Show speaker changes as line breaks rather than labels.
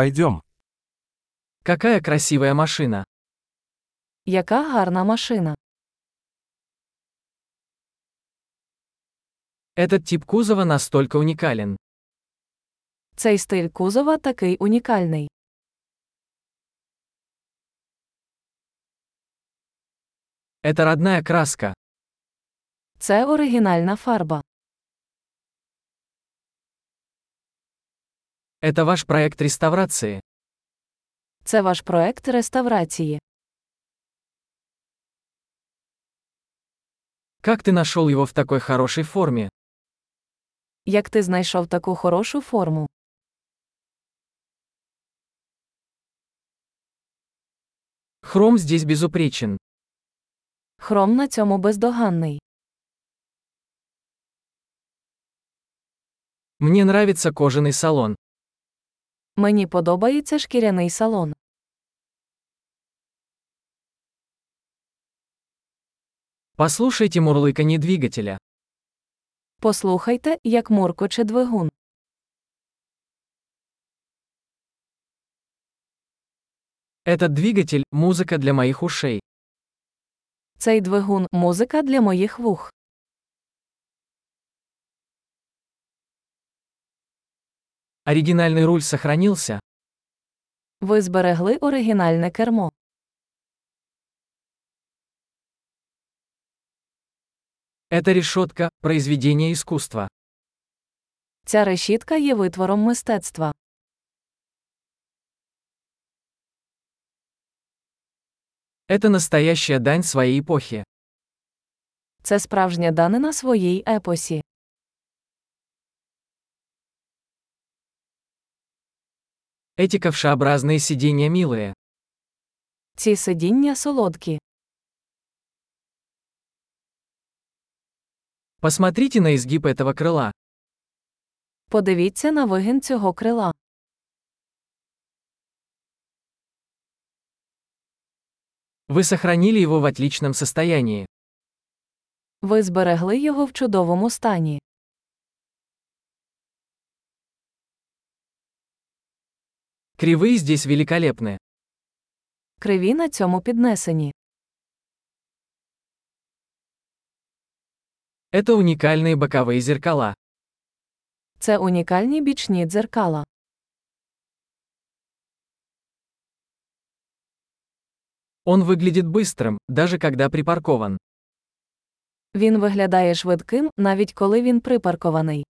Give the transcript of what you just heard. Пойдем.
Какая красивая машина.
Яка гарна машина.
Этот тип кузова настолько уникален.
Цей стиль кузова такий унікальний.
Это родная краска.
Це оригінальна фарба.
Это ваш проект реставрации.
Це ваш проект реставрації.
Как ты нашел его в такой хорошей форме?
Як ти знайшов таку хорошу форму?
Хром здесь безупречен.
Хром на цьому бездоганний.
Мне нравится кожаный салон.
Мені подобається шкіряний салон.
Послушайте мурлыканье двигателя.
Послухайте, як муркоче двигун.
Этот двигатель – музыка для моих ушей.
Цей двигун музика для моїх вух.
Оригинальный руль сохранился.
Ви зберегли оригінальне кермо.
Эта решетка – произведение искусства.
Ця решітка є витвором мистецтва.
Это настоящая дань своей эпохи.
Це справжня данина своїй епосі.
Эти ковшеобразные сиденья милые.
Ці сидіння солодкі.
Посмотрите на изгиб этого крыла.
Подивіться на вигін цього крила.
Вы сохранили его в отличном состоянии.
Ви зберегли його в чудовому стані.
Кривые здесь великолепны.
Криві на цьому піднесені.
Это уникальные боковые зеркала.
Це унікальні бічні дзеркала.
Он выглядит быстрым, даже когда припаркован.
Він виглядає швидким, навіть коли він припаркований.